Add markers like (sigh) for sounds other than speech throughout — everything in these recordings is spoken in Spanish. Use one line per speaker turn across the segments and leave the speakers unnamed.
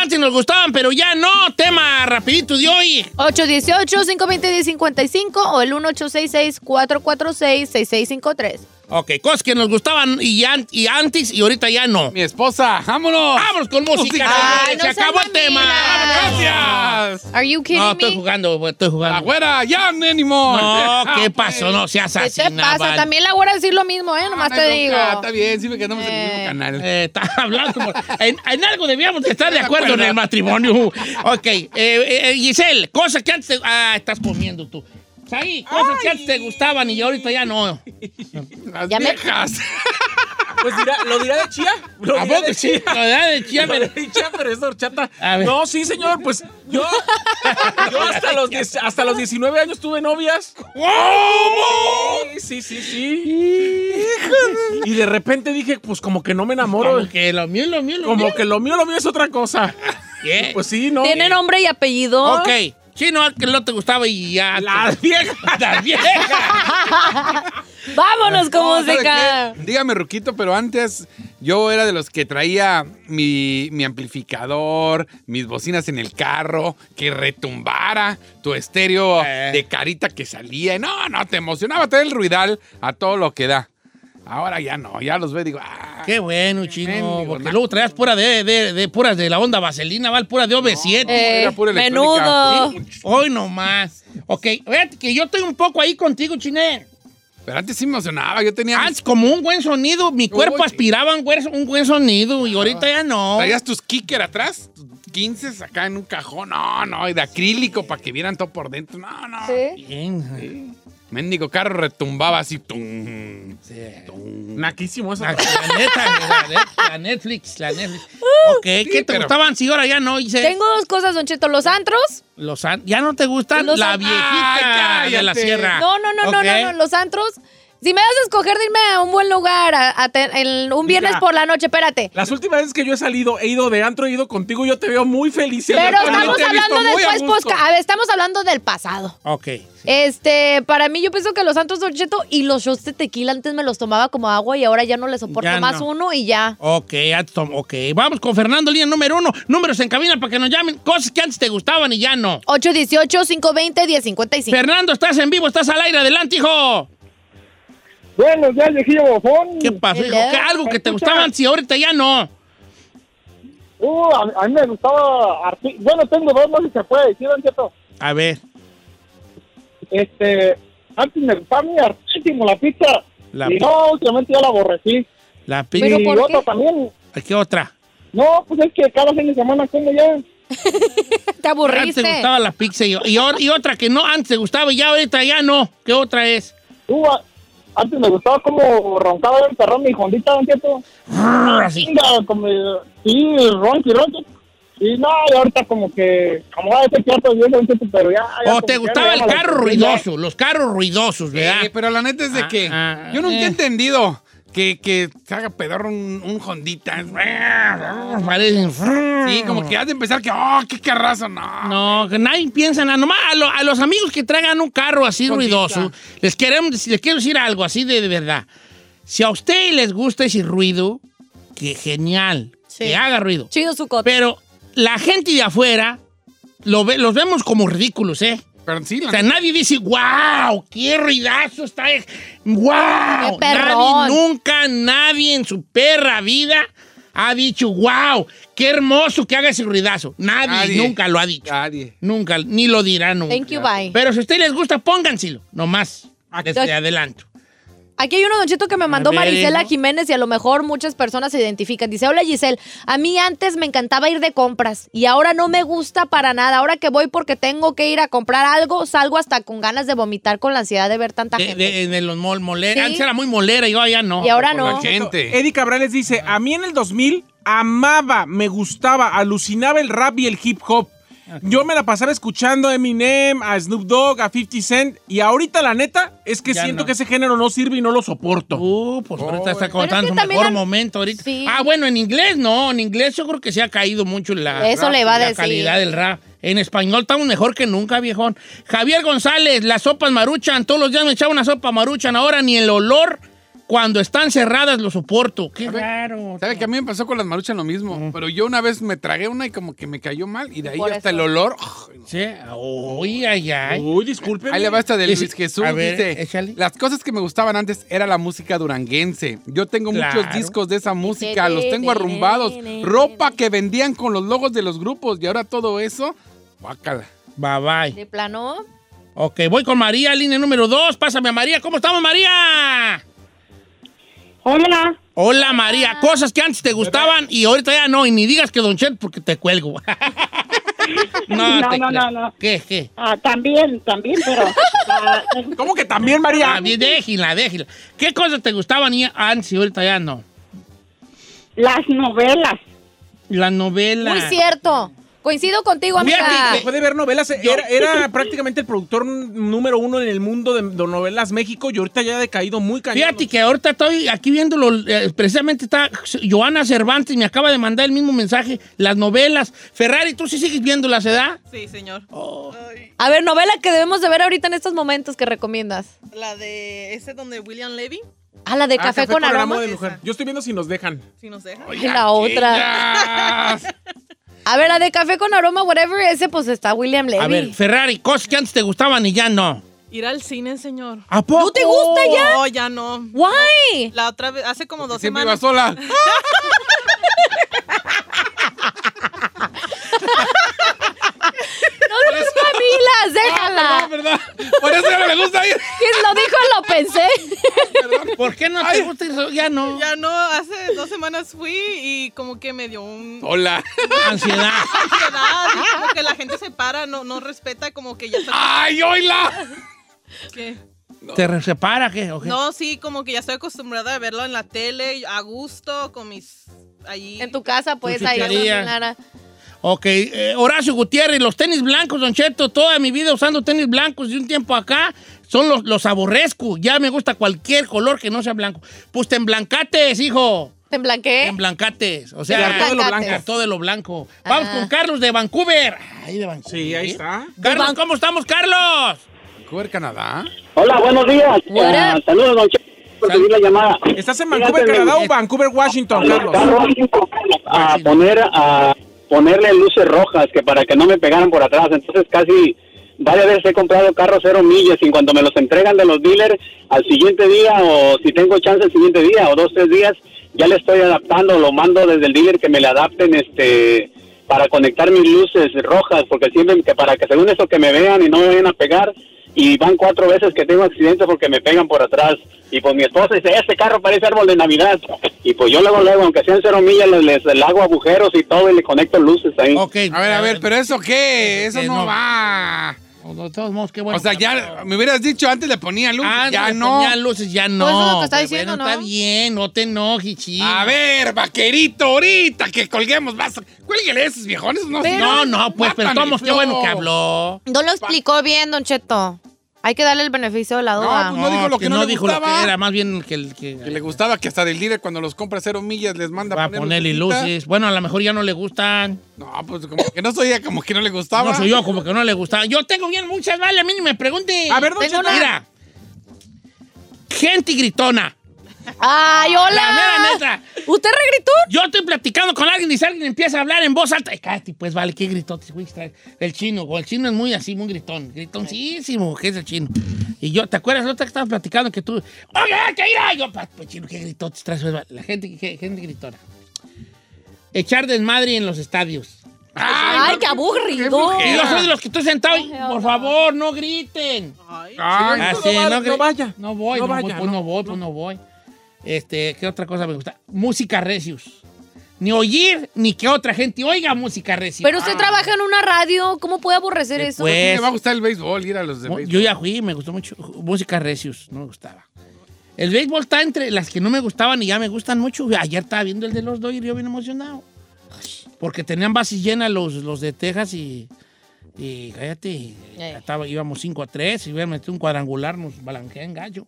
antes nos gustaban, pero ya no. Tema rapidito de hoy.
818-520-1055 o el 1866-446-6653.
Ok, cosas que nos gustaban y, an- y antes y ahorita ya no.
Mi esposa, vámonos.
¡Vamos con música! señores.
Ay, no
¡Se
sean
acabó el tema!
mamilas.
Gracias.
Are you kidding
No, estoy
me? Ah,
jugando, estoy jugando.
Agüera, ya, ánimo.
No,
(laughs)
¿qué pasó? No seas
¿Qué
así,
Pues te pasa?
Naval.
También le voy a decir lo mismo, ¿eh? Nomás
No
te
hay
digo.
bronca, Ah, Está bien, sí me quedamos en el
Eh.
mismo canal.
Eh, está (laughs) hablando como- en, en algo debíamos de
(laughs)
estar de acuerdo en
acuerdo.
el matrimonio. Ok, eh, eh, Giselle, cosas que antes... te- ah, estás comiendo tú. Ahí, cosas que antes te gustaban y ahorita ya no.
Las
Ya me- (laughs)
viejas.
Pues dirá, lo dirá de chía. Lo
¿A
dirá
poco
de
sí? (laughs) La verdad, de chía,
Lo dirá
pero-
de chía, pero es horchata.
A ver.
No, sí, señor, pues yo, yo hasta, los, diez- hasta los 19 años tuve novias. Sí, sí, sí. Y de repente dije, pues como que no me enamoro.
Como que lo mío, lo mío, lo mío.
Como que lo mío, lo mío es otra cosa.
¿Qué?
Pues sí, no.
¿Tiene nombre y apellido?
Ok, sí, no, que no te gustaba y ya.
Las viejas.
(laughs) Las viejas.
¡Vámonos con
No, ¿sabe
música!
qué? Dígame, Ruquito, pero antes yo era de los que traía mi, mi amplificador, mis bocinas en el carro, que retumbara tu estéreo
Eh.
de carita que salía. Y No, no, te emocionaba traer el ruidal a todo lo que da. Ahora ya no, ya los veo y digo, ah,
Qué bueno, chino.
Mendigo,
Porque
na-
luego traías pura de, de, de puras de la onda vaselina, ¿vale? Pura de OV7.
Eh,
Era pura electrónica.
menudo.
Hoy nomás. Ok, fíjate que yo estoy un poco ahí contigo, Chiné.
pero antes sí me emocionaba, yo tenía... mis-
Antes, como un buen sonido, mi cuerpo
Oye.
aspiraba un buen, un buen sonido y ahorita ya no.
Traías tus kicker atrás, tus 15 acá en un cajón, no, no, y de acrílico para que vieran todo por dentro, no, no.
Sí.
Bien.
Mendigo carro retumbaba así, tum, tum.
Naquísimo eso.
La, Ah, la neta, la, net- la Netflix, la Netflix. ok, ¿qué te
pero-
gustaban? Sí, ahora ya no, hice.
Uh, Tengo dos cosas, Don Cheto. Los antros.
Los an- ¿Ya no te gustan?
Los
la
an-
viejita
Ay,
de la
cállate.
sierra.
No, no, no, no,
Ok.
no, no, los antros. Si me das a escoger de irme a un buen lugar, a, a te- el- un viernes por la noche, espérate.
Las últimas veces que yo he salido, he ido de antro, he ido contigo, yo te veo muy feliz.
Pero
Siempre
también
estamos
te he visto
hablando
muy a
después, pues,
gusto.
posca. A ver, estamos hablando del pasado.
Ok.
Este, para mí yo pienso que los antros Don Cheto y los shots de tequila antes me los tomaba como agua y ahora ya no le soporto
Ya
más
no.
uno y ya.
Ok, ya tom- ok. Vamos con Fernando Lía, número uno. Números en cabina para que nos llamen. Cosas que antes te gustaban y ya no.
818-520-1055.
Fernando, estás en vivo, estás al aire. Adelante, hijo.
Bueno, ya viejillo bofón.
¿Qué pasó, hijo?
Hello.
¿Qué- algo que te gustaban si ahorita ya no.
Uh, a, a mí me gustaba. arti- Bueno, tengo dos, no sé si se puede decir, don Cheto.
A ver,
Este, antes me gustaba mi artísimo la pizza.
La
y
pi-
no, últimamente ya la aborrecí.
la
Pero
pizza.
y
¿por
otra
qué?
también.
¿Qué otra?
No, pues es que cada fin de semana como ya.
Te
Antes te
aburriste.
gustaba la pizza y, y or- y otra que no, antes te gustaba y ya ahorita ya no. ¿Qué otra es?
Uh, a- antes me gustaba como roncaba el perrón mi jondita, don Cheto.
Brr, Así.
Venga, como. Sí, ronqui, ronqui. Y no, y ahorita como que. Como va a ser cierto, yo don Cheto, pero ya.
O
ya como que
te
ya
gustaba
me
el
llama la
carro
atención, ya.
ruidoso, los carros ruidosos, ¿verdad?
Eh, pero la neta es de
Ah,
que
ah,
yo nunca
eh.
he entendido que, que se haga pedorro un, un Hondita.
Parecen.
Sí, como que has de empezar que, oh, qué carrazo, no.
No, que nadie piensa nada. Nomás a, lo- a los amigos que traigan un carro así ruidoso, les, queremos, les quiero decir algo así de, de verdad. Si a ustedes les gusta ese ruido, que genial,
Sí.
que haga ruido.
Chido su cote.
Pero la gente de afuera lo ve- los vemos como ridículos, ¿eh?
Pero sí,
O
la
sea, nadie dice, wow, qué ruidazo está. es- ¡Wow!
¡Qué perrón!
Nadie, nunca nadie en su perra vida ha dicho, wow, qué hermoso que haga ese ruidazo. Nadie,
Nadie.
nunca lo ha dicho.
nadie.
Nunca, ni lo dirá nunca.
Thank you, bye.
Pero si a ustedes les gusta, pónganselo, nomás. Desde
Aquí-
adelanto.
Aquí hay uno, Don Cheto, que me mandó
ver,
Marisela
hijo.
Jiménez y a lo mejor muchas personas se identifican. Dice, hola Giselle, a mí antes me encantaba ir de compras y ahora no me gusta para nada. Ahora que voy porque tengo que ir a comprar algo, salgo hasta con ganas de vomitar con la ansiedad de ver tanta
De,
gente.
de- de los mol, molera.
Sí.
Antes era muy molera, yo allá no.
y ahora
Por
no.
la gente.
Eddie Cabrales dice, a mí en el 2000 amaba, me gustaba, alucinaba el rap y el hip hop. Yo me la pasaba escuchando a Eminem, a Snoop Dogg, a 50 Cent y ahorita la neta es que
Ya
siento
no.
que ese género no sirve y no lo soporto.
Uh, pues ahorita está contando
Pero es que
su
también
mejor
al-
momento ahorita.
Sí.
Ah, bueno, en inglés no, en inglés yo creo que se ha caído mucho la,
Eso
rap,
le iba a
la
decir.
calidad del rap. En español estamos mejor que nunca, viejón. Javier González, las sopas maruchan, todos los días me echaba una sopa maruchan, ahora ni el olor Cuando están cerradas lo soporto. Qué raro.
¿Sabe que a mí me pasó con las maruchas lo mismo? Pero yo una vez me tragué una y como que me cayó mal. Y de ahí
Por eso.
hasta el olor. ¡ah!
Sí. Uy, ay, ay.
Uy, disculpe.
Ahí le va esta de
Dice-
Luis Jesús.
a ver,
dice,
échale.
las cosas que me gustaban antes era la música duranguense. Yo tengo
Claro.
muchos discos de esa música, los tengo arrumbados. Ropa que vendían con los logos de los grupos y ahora todo eso, guácala.
Bye bye.
De plano.
Ok, voy con María, línea número 2. Pásame a María. ¿Cómo estamos, María?
Hola.
Hola,
Ah.
María. Cosas que antes te gustaban y ahorita ya no. Y ni digas que Don Chet porque te cuelgo. (laughs)
No,
te
no,
creo.
no, no.
¿Qué, qué?
Ah, también, también, pero. ah,
¿Cómo que también, María?
Ah, bien, déjila, déjila. ¿Qué cosas te gustaban y- antes y ahorita ya no?
las novelas.
La novela.
Muy cierto. Coincido contigo,
Mira,
amiga.
que-
Dejó de ver novelas. Era, era prácticamente el productor n- número uno en el mundo de, de novelas México y ahorita ya ha decaído muy cañón.
Fíjate que ahorita estoy aquí viéndolo, eh, precisamente está Joana Cervantes, me acaba de mandar el mismo mensaje, las novelas. Ferrari, ¿tú sí sigues viendo la edad?
Sí, señor.
Oh. A ver, novela que debemos de ver ahorita en estos momentos que recomiendas.
La de ese donde William Levy,
Ah, la de
Ah,
café, con, aroma.
de mujer. Yo estoy viendo si nos dejan.
si nos deja.
Ay, la otra. (laughs) A ver, la de café con aroma, whatever, ese pues está William Levy.
A ver, Ferrari, cosas que antes te gustaban y ya no.
Ir al cine, señor.
¿A poco?
¿No te gusta ya?
No, Oh, ya no.
Why?
La otra vez, hace como dos
Siempre iba
semanas.
sola.
(laughs)
No no,
(laughs)
familias, déjala.
¿Verdad? Por eso ya no le gusta ir.
Quien lo dijo lo pensé.
¿Por qué no te gusta eso? Ya no.
Ya no, hace dos semanas fui y como que me dio un (laughs)
Hola.
Ansiedad.
ansiedad. y como que la gente se para, no, no respeta, como que ya
Ah.
está.
¡Ay, hola!
¿Qué?
¿Te re- separa qué? ¿O qué?
No, sí, como que ya estoy acostumbrada a verlo en la tele, a gusto, con mis. Allí.
(laughs) En tu casa, pues,
Tu
ahí.
chuchería.
Lara.
Ok, eh, Horacio Gutiérrez, los tenis blancos, Don Cheto, toda mi vida usando tenis blancos de un tiempo acá, son los, los aborrezco. Ya me gusta cualquier color que no sea blanco. Pues te emblancates, hijo.
¿Te blanqueé?
En blancates, o
Te
sea,
hartó de lo
Blancates.
blanco.
todo de lo blanco. Vamos
Ah.
con Carlos de Vancouver. Ahí de Vancouver.
Sí, ahí está.
Carlos, ¿cómo estamos, Carlos?
Vancouver, Canadá.
Hola, buenos días.
Hola.
Ah, saludos, don Che. Por
Sal-
seguir la llamada.
¿Estás en Vancouver,
Fíjate,
Canadá o
eh,
Vancouver, Washington,
Carlos,
Carlos?
A poner a ponerle luces rojas que para que no me pegaran por atrás. Entonces casi varias veces he comprado carros cero millas y cuando me los entregan de los dealers al siguiente día o si tengo chance el siguiente día o dos tres días ya le estoy adaptando. Lo mando desde el dealer que me le adapten este para conectar mis luces rojas porque siempre que para que según eso que me vean y no me vayan a pegar. Y van cuatro veces que tengo accidentes porque me pegan por atrás. Y pues mi esposa dice, este carro parece árbol de Navidad. Y pues yo luego, luego, aunque sean cero millas, les, les- les hago agujeros y todo y le conecto luces ahí.
Ok.
A ver, a ver, pero ¿eso qué? Eso
Eh, no.
no va.
Oh, De todos modos, qué bueno.
O sea, ya me hubieras dicho, antes le ponía luz,
Ah,
ya
le
no.
ponía luces, ya no.
Pues eso es lo que está
Pero
diciendo,
bueno,
¿no?
Está bien, no te enojes, chico.
A ver, vaquerito, ahorita que colguemos, vas. Cuélguele a esos viejones, no
Pero-
No, no, pues, pero
Mátame,
todos, qué
Flo.
bueno que habló.
No lo explicó bien, Don Cheto. Hay que darle el beneficio de la duda.
No, pues, dijo lo que no le
dijo lo que
gustaba.
era, más bien que el que,
Que le gustaba que hasta del líder cuando los compra cero millas les manda
va a ponerle
lucecita.
luces. Bueno, a lo mejor ya no le gustan.
No, pues como que no soy como que no le gustaba.
No soy yo, como que no le gustaba. Yo tengo bien muchas, vale, a mí ni me pregunte.
A ver, don
Tengo
Cheto.
una- Mira, gente gritona.
¡Ay,
La mera
hola!
neta.
¿Usted regritó?
Yo estoy platicando con alguien y si alguien empieza a hablar en voz alta. Ay, cállate, pues vale, qué gritotes, güey. trae El chino, o el chino es muy así, muy gritón. Gritoncísimo, que es el chino. Y yo, ¿te acuerdas la otra que estabas platicando que tú. ¡Oye, que irá! Yo, pa- pues chino, qué gritotes traes. pues, vale. La gente, que- gente gritona. Echar desmadre en los estadios.
¡Ay, qué aburrido!
Y yo soy de los que estoy sentado y, por favor, no griten.
Ay,
Ay,
Ah,
no
sí,
va-
no,
no vaya.
No voy, no,
No
voy,
vaya,
pues no,
no,
voy, pues no voy. Este, ¿qué otra cosa me gusta? Música recius. Ni oír, ni que otra gente oiga música Ah. recius.
Pero usted trabaja en una radio, ¿cómo puede aborrecer eso?
Pues,
Me va a gustar el béisbol, ir a los de
Mu-
béisbol.
Yo ya fui, me gustó mucho. Música Recius, no me gustaba. El béisbol está entre las que no me gustaban y ya me gustan mucho. Ayer estaba viendo el de los Dodgers, yo bien emocionado. Porque tenían bases llenas los, los de Texas y. Y cállate, y ya estaba, íbamos 5 a 3, y hubieran metido un cuadrangular, nos balanquean gallo.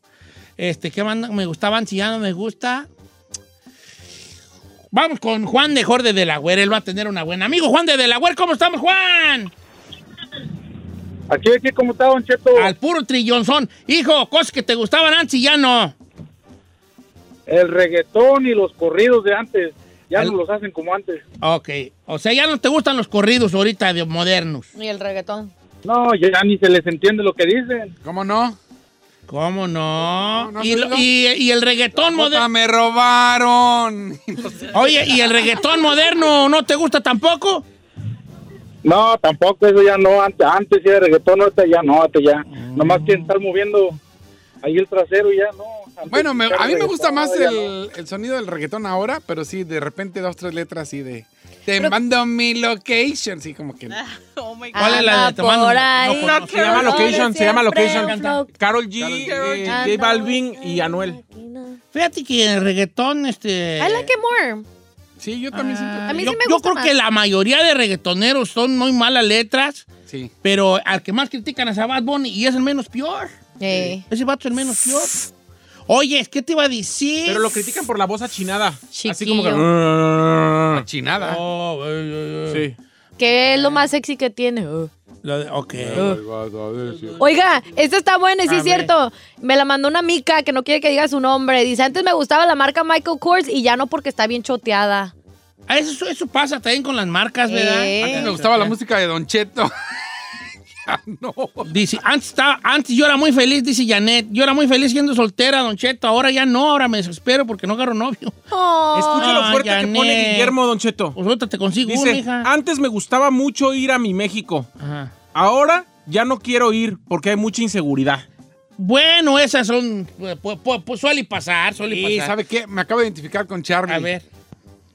Este, ¿qué banda me gustaban? Si ya no me gusta. Vamos con Juan de Jorge de Delaware, él va a tener una buena. Amigo Juan de Delaware, ¿cómo estamos, Juan?
Aquí, aquí, ¿cómo está, Don Cheto?
Al puro trillonzón. Hijo, cosas que te gustaban antes y ya no.
el reggaetón y los corridos de antes. Ya
El-
no los hacen como antes.
Ok. O sea, ya no te gustan los corridos ahorita de modernos.
Y el reggaetón.
No, ya ni se les entiende lo que dicen.
¿Cómo no?
¿Cómo no?
No, no,
y,
no,
lo-
no.
y- y el reggaetón
Puta,
moderno.
me robaron. (laughs)
Oye, ¿y el reggaetón moderno no te gusta tampoco?
No, tampoco, eso ya no. Antes, antes era reggaetón, ahorita ya no, ahorita ya. Nomás quieren estar moviendo ahí el trasero, ya no. Antes
Bueno, me-
era
a mí me
reggaetón,
gusta más
ya
el, el sonido del reggaetón ahora, pero sí, de repente dos, tres letras así de... Te mando mi location, sí, como que...
(laughs) Oh my God.
¿Cuál es la de
Anda
te mando?
por
No
ahí.
conozco.
Se llama Location, se llama Location.
Siempre un
Carol G,
Karol
eh,
G.
J Balvin y Anuel. Eh,
Fíjate que el reggaetón, este.
I like it more.
Sí, yo también siempre...
Ah. A mí
yo,
sí me
yo
gusta
creo
más.
que la mayoría de reggaetoneros son muy malas letras,
Sí.
pero al que más critican es a Bad Bunny y es el menos peor.
Eh,
Ese vato es el menos peor. Oye, ¿qué te iba a decir?
Pero lo critican por la voz achinada. Así
Chiquillo.
como "Mm, uh. que.
Chinada.
Oh, eh, eh, eh.
Sí.
que es lo más sexy que tiene. Uh.
Lo de- ok.
Oiga, esta está buena, y sí
A
es
ver.
cierto. Me la mandó una mica que no quiere que diga su nombre. Dice, antes me gustaba la marca Michael Kors y ya no porque está bien choteada.
Ah, Eso, eso pasa también con las marcas, ¿verdad?
Eh.
Antes me gustaba la música de Don Cheto. (laughs) Ya no.
Dice, antes, estaba- antes yo era muy feliz, dice Janet. Yo era muy feliz siendo soltera, Don Cheto. Ahora ya no, ahora me desespero porque no agarro novio.
Escucha lo
Ah,
fuerte que pone
Janet.
Guillermo Don Cheto.
Pues ahorita te consigo una,
Dice,
ah.
hija.
antes me gustaba mucho ir a mi México.
Ajá.
Ahora ya no quiero ir porque hay mucha inseguridad.
Bueno, esas son. Pues, pues- pues suele pasar, suele
Y
pasar.
¿sabe qué? Me acabo de identificar con Charlie.
A ver,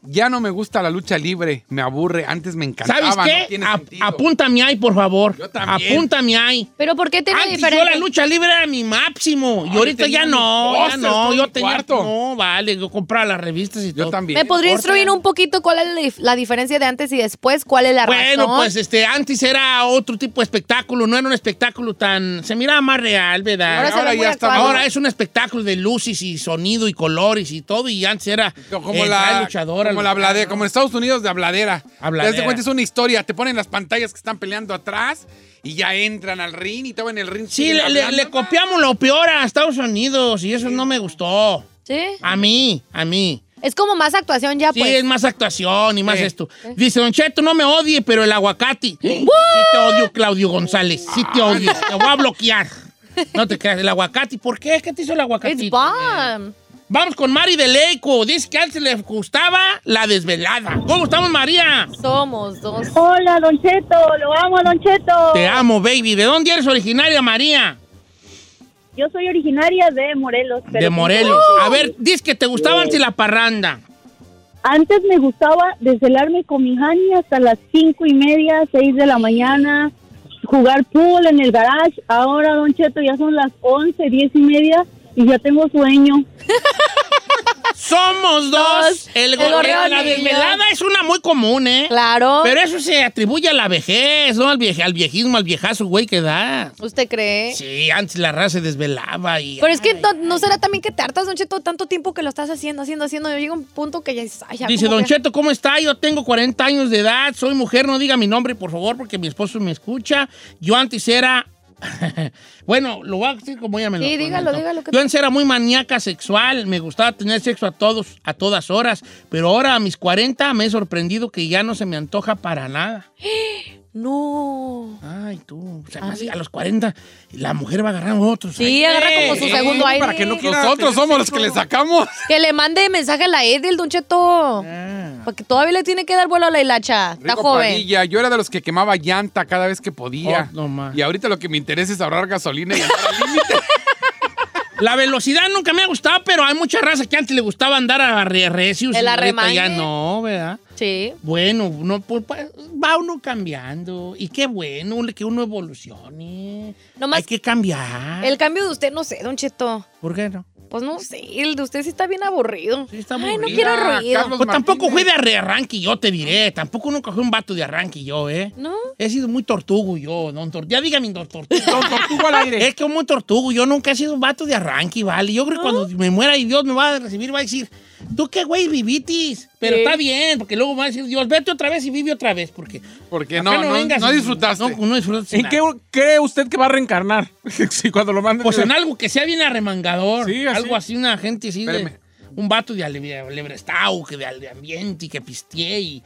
Ya no me gusta la lucha libre. Me aburre. Antes me encantaba.
¿sabes
No
qué?
tiene
A-
sentido.
apunta mi ahí, por favor.
Yo también.
Apunta mi ahí.
Pero ¿por qué tiene
Ah,
Antes yo
diferente?
la lucha libre era mi máximo.
Ay,
y
yo
ahorita
tenía
ya
mis
no, ya
posters, todo
no.
en
Yo
mi
tenía.
cuarto.
No, vale, yo compraba las revistas y todo.
Yo también.
¿Me podría
Corta.
instruir un poquito cuál es la dif- la diferencia de antes y después? ¿Cuál es la
Bueno,
razón?
pues este, antes era otro tipo de espectáculo, no era un espectáculo tan. Se miraba más real, ¿verdad?
ahora se
ahora
ve muy
ya está-
actuado.
Ahora es un espectáculo de luces y sonido y colores y todo, y antes era
Como
eh,
la
tal luchadora.
como la
luchadora.
bladera, como en Estados Unidos de habladera.
Habladera.
Te das cuenta, es una historia. Te ponen las pantallas que están peleando atrás y ya entran al ring y todo en el ring.
Sí,
siguen
le, le-
hablando.
le copiamos lo peor a Estados Unidos y eso no me gustó.
¿Sí?
A mí, a mí.
Es como más actuación ya,
eh, Sí,
pues.
es más actuación y más
Sí.
esto. Dice, Don Cheto, no me odie, pero el
(gasps)
aguacate. Sí te odio, Claudio González. Sí
Ah.
te odio. Te voy a bloquear. No te creas, el aguacate. ¿Por qué? ¿Qué te hizo el aguacate?
It's
eh.
bomb.
Vamos con Mari de Leico. Dice que a él se le gustaba la desvelada. ¿Cómo estamos, María?
Somos dos.
Hola, Don Cheto, lo amo, Don Cheto.
Te amo, baby. ¿De dónde eres originaria, María?
Yo soy originaria de Morelos. pero-
De Morelos. A ver, dice que te gustaba antes la parranda.
Antes me gustaba desvelarme con mi Jani hasta las cinco y media, seis de la mañana, jugar pool en el garage. Ahora, Don Cheto, ya son las once, diez y media y ya tengo sueño.
Somos dos.
Dos.
El
El
gorrión.
gorrión
La
y yo.
desvelada es una muy común, ¿eh?
Claro.
Pero eso se atribuye a la vejez, ¿no? Al, vieje, al viejismo, al viejazo, güey, que da.
¿Usted cree?
Sí, antes la raza se desvelaba y...
Pero es que
ay.
no, ¿no será también que te hartas, Don Cheto, tanto tiempo que lo estás haciendo, haciendo, haciendo. Yo llega un punto que ya dices, ay, ya,
Dice,
como
Don
que-
Cheto, ¿cómo está? Yo tengo 40 años de edad, soy mujer, no diga mi nombre, por favor, porque mi esposo me escucha. Yo antes era... (laughs) bueno, lo voy a decir como ella me lo
Sí, dígalo,
comentó.
dígalo, que-
Yo antes era muy maníaca sexual, me gustaba tener sexo a todos, a todas horas, pero ahora a mis 40 me he sorprendido que ya no se me antoja para nada.
No.
Ay, tú, o sea, más a los 40 la mujer va a agarrar otro.
Sí, agarra como su
eh,
segundo aire.
para que no quiera-
Nosotros somos los que le sacamos.
Que le mande mensaje a la Edel, Don Cheto.
Ah.
Porque todavía le tiene que dar vuelo a la hilacha. Está
Rico
joven.
Padilla, Yo era de los que quemaba llanta cada vez que podía.
Oh, no más.
y ahorita lo que me interesa es ahorrar gasolina y andar al límite.
La velocidad nunca me ha gustado, pero hay mucha raza que antes le gustaba andar a re- recios.
El
y ahorita
arremangue.
Ya no, ¿verdad?
Sí.
Bueno, uno, pues, pa- va uno cambiando. Y qué bueno que uno evolucione.
Nomás-
Hay que cambiar.
El cambio de usted, no sé, Don Cheto.
¿Por qué no?
Pues no sé, el de usted sí está bien aburrido.
Sí, está
Ay, no
aburrido.
quiero
Mira,
ruido.
Carlos
Pues tampoco fui
Martínez.
de re- arranque, yo te diré. Tampoco nunca fui un vato de arranque, yo, ¿eh?
¿No?
He sido muy tortugo yo, don Tor- Ya dígame, don Tortugo.
Don Tortugo al aire.
(laughs) Es que muy tortugo. Yo nunca he sido un vato de arranque, ¿vale? Yo creo que cuando me muera y Dios me va a recibir, va a decir, tú qué güey vivitis. Pero
Sí.
está bien, porque luego va a decir, Dios, vete otra vez y vive otra vez. Porque
Porque
acá
no, no,
vengas
no
y-
disfrutaste.
No, (laughs) no disfrutaste
¿En
nada.
qué cree usted que va a reencarnar? si cuando lo manden.
Pues en algo que sea bien arremangador.
Sí, así.
algo así, una gente así de...
Espérame.
un vato de ale- de Alebrestau, que de, al- de ambiente y que pisteé y.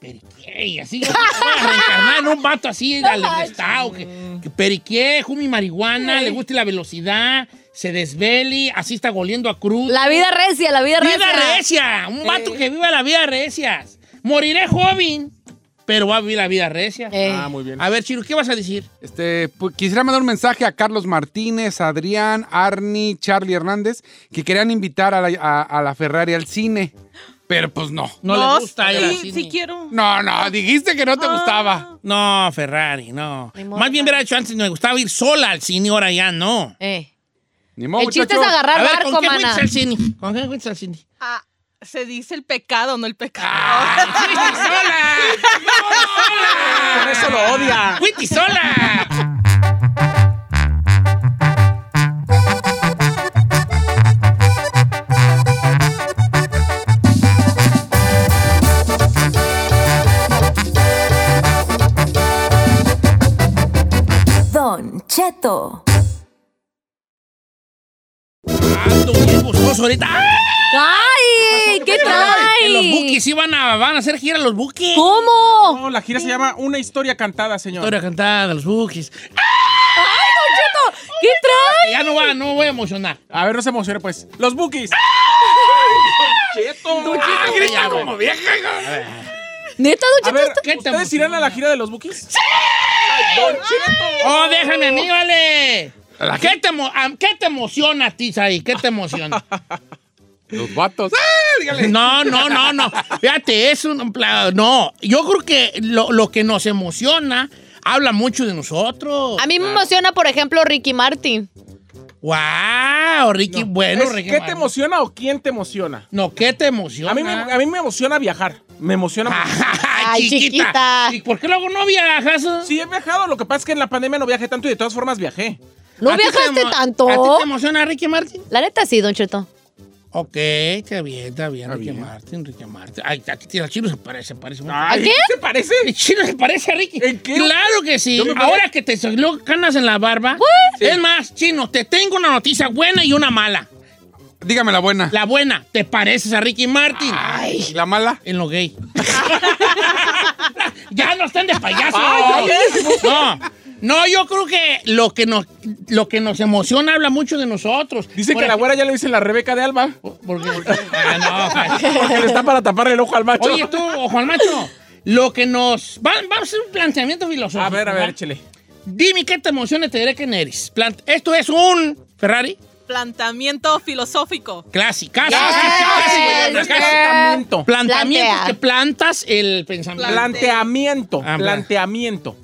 Periqué y
(laughs)
así. yo voy a reencarnar en un vato así de Alebrestau, que, que periqué, jumi marihuana, le guste la velocidad, se desveli, así está goleando a cruz.
La vida recia, la vida recia.
¡Vida recia! Un vato que viva la vida recia. Moriré joven, pero va a vivir la vida recia.
Ey.
Ah, muy bien.
A ver, Chiro, ¿qué vas a decir?
Este, pu- quisiera mandar un mensaje a Carlos Martínez, Adrián, Arnie, Charlie Hernández, que querían invitar a la, a- a la Ferrari al cine, pero pues no.
No, le gusta ir al
sí,
cine.
sí quiero.
No, no, dijiste que no te gustaba.
No, Ferrari, no.
Ni modo,
Más bien hubiera
Ferrari.
hecho antes, me gustaba ir sola al cine, ahora ya no.
Eh.
Ni modo,
El chiste es
muchacho.
A
agarrar
ver,
barco,
¿con qué
mana.
fuiste al cine? ¿Con qué fuiste al cine?
(laughs)
Ah, se dice el pecado, no el pecado.
Ah. ¡Fuiste sola! ¡Sola!
Por eso lo odia.
¡Fuiste sola!
Don Cheto.
Ando Ah, bien gustoso ahorita. ¡Ah!
¡Ay! ¿Qué
Que los
trae?
buquis iban a, van a hacer gira los buquis.
¿Cómo?
No, la gira se llama Una historia cantada, señor.
Historia cantada, los buquis.
¿Qué trae?
Ya no va, no voy a emocionar.
A ver, no se emocione, pues. Los bookies.
Ah, grita como vieja.
¿Neta,
A
Don
ver,
Cheto?
¿qué te
¿ustedes
emociona?
irán a la gira de los bookies? ¡Sí!
Oh, déjame a mí, vale.
La
¿Qué te, emo- am- ¿Qué te emociona a ti, Saí? ¿Qué te emociona?
Los vatos. ¡Ah! Dígale.
No, no, no, no. Fíjate, es un pla- No, yo creo que lo, lo que nos emociona habla mucho de nosotros.
A mí me emociona, por ejemplo, Ricky Martin.
¡Wow! Ricky, bueno, Ricky.
¿Qué te
Martin.
emociona o quién te emociona?
No, ¿qué te emociona?
A mí, me, a mí me emociona viajar. Me emociona.
Ay,
Ay,
chiquita.
chiquita.
¿Y por qué luego no viajas?
Sí, he viajado. Lo que pasa es que en la pandemia no viajé tanto y de todas
(laughs)
formas viajé.
¿No
¿A ti te
viajaste
emo- ¿A ti
tanto?
te emociona Ricky Martin?
La neta sí, Don Cheto.
Ok, está bien, está bien, Ricky
bien.
Martin, Ricky Martin. Ay, aquí tiene chino, se parece, se parece. mucho.
Ay,
qué?
¿Se parece?
(laughs) El chino se parece a Ricky.
¿En qué?
Claro que sí.
Yo me parezco.
Ahora que te salió canas en la barba.
Sí.
Es más, chino, te tengo una noticia buena y una mala.
Dígame la buena.
La buena, te pareces a Ricky Martin.
¿Y la mala?
En lo gay. (laughs) ya no están de payaso.
Ay,
no. No, yo creo que lo que nos lo que nos emociona habla mucho de nosotros.
Dicen
Por
que la
ej-
güera ya le dicen la Rebeca de Alba.
porque- Ah,
(laughs)
no, pues.
Porque le está para tapar el ojo al macho.
Oye, tú, o Juan Macho, lo que nos. va- Vamos a hacer un planteamiento filosófico.
a ver, a ver,
¿verdad?
échele.
Dime qué te emociona y te diré quién eres. Plant- Esto es un Ferrari
Planteamiento filosófico.
clásico. Casi,
Yes,
casi,
yes,
casi,
yes.
casi.
Planteamiento.
Planteamiento
Plantea.
que plantas el pensamiento.
Planteamiento.
Ah,
Planteamiento.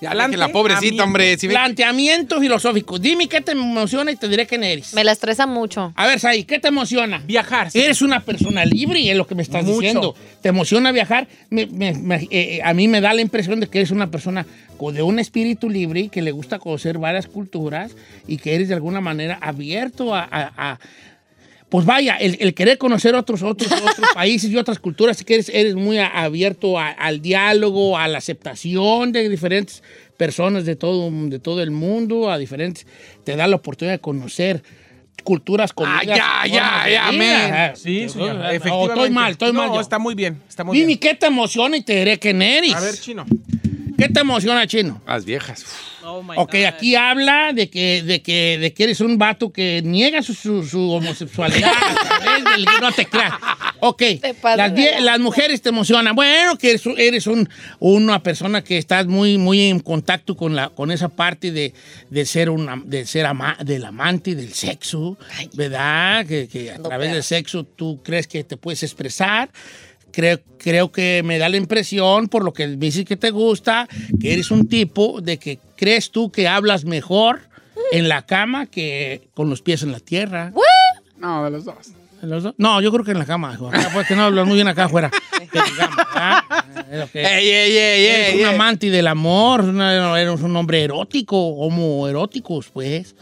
Ya, la, la pobrecita, hombre. Si ve-
Planteamiento filosófico. Dime qué te emociona y te diré quién eres.
Me la estresa mucho.
A ver, Sai, ¿qué te emociona?
Viajar. sí.
Eres una persona libre, es lo que me estás
Mucho.
diciendo. ¿Te emociona viajar? Me- me- me- eh, eh, a mí me da la impresión de que eres una persona co- de un espíritu libre y que le gusta conocer varias culturas y que eres de alguna manera abierto a... a- a- pues vaya, el, el querer conocer otros, otros,
(laughs)
otros países y otras culturas, que eres, eres muy a- abierto a- al diálogo, a la aceptación de diferentes personas de todo, de todo el mundo, a diferentes, te da la oportunidad de conocer
Ah,
culturas comidas,
ya, ya,
formas de
ya,
vida.
amén.
Ah,
Sí, señor.
o
Efectivamente.
estoy mal, estoy mal.
No,
yo.
está muy bien. Está muy
Dime
bien.
qué te emociona y te diré quién eres.
A ver, chino.
¿Qué te emociona, chino?
Las viejas. Uf.
Oh my
Ok,
God.
aquí habla de que, de que, de que eres un vato que niega su, su- su homosexualidad. a través del- no te creas. Ok,
Te pasas
las,
de
vie-
lanza.
las mujeres te emocionan. Bueno, que eres, eres un- una persona que estás muy, muy en contacto con, la, con esa parte de, de ser, una, de ser ama- del amante, del sexo, ¿verdad? Que, que a través del sexo tú crees que te puedes expresar. Creo, creo que me da la impresión, por lo que dices que te gusta, que eres un tipo de que crees tú que hablas mejor en la cama que con los pies en la tierra.
No, de los dos.
¿Los dos? No, yo creo que en la cama. hijo. Acá, pues, que no hablas muy bien acá
(laughs)
afuera. Que digamos, ¿ah? (laughs) Es lo que-
Ey, ey, ey,
Eres
ey,
un
ey.
amante del amor, una- eres un hombre erótico, homoeróticos, pues.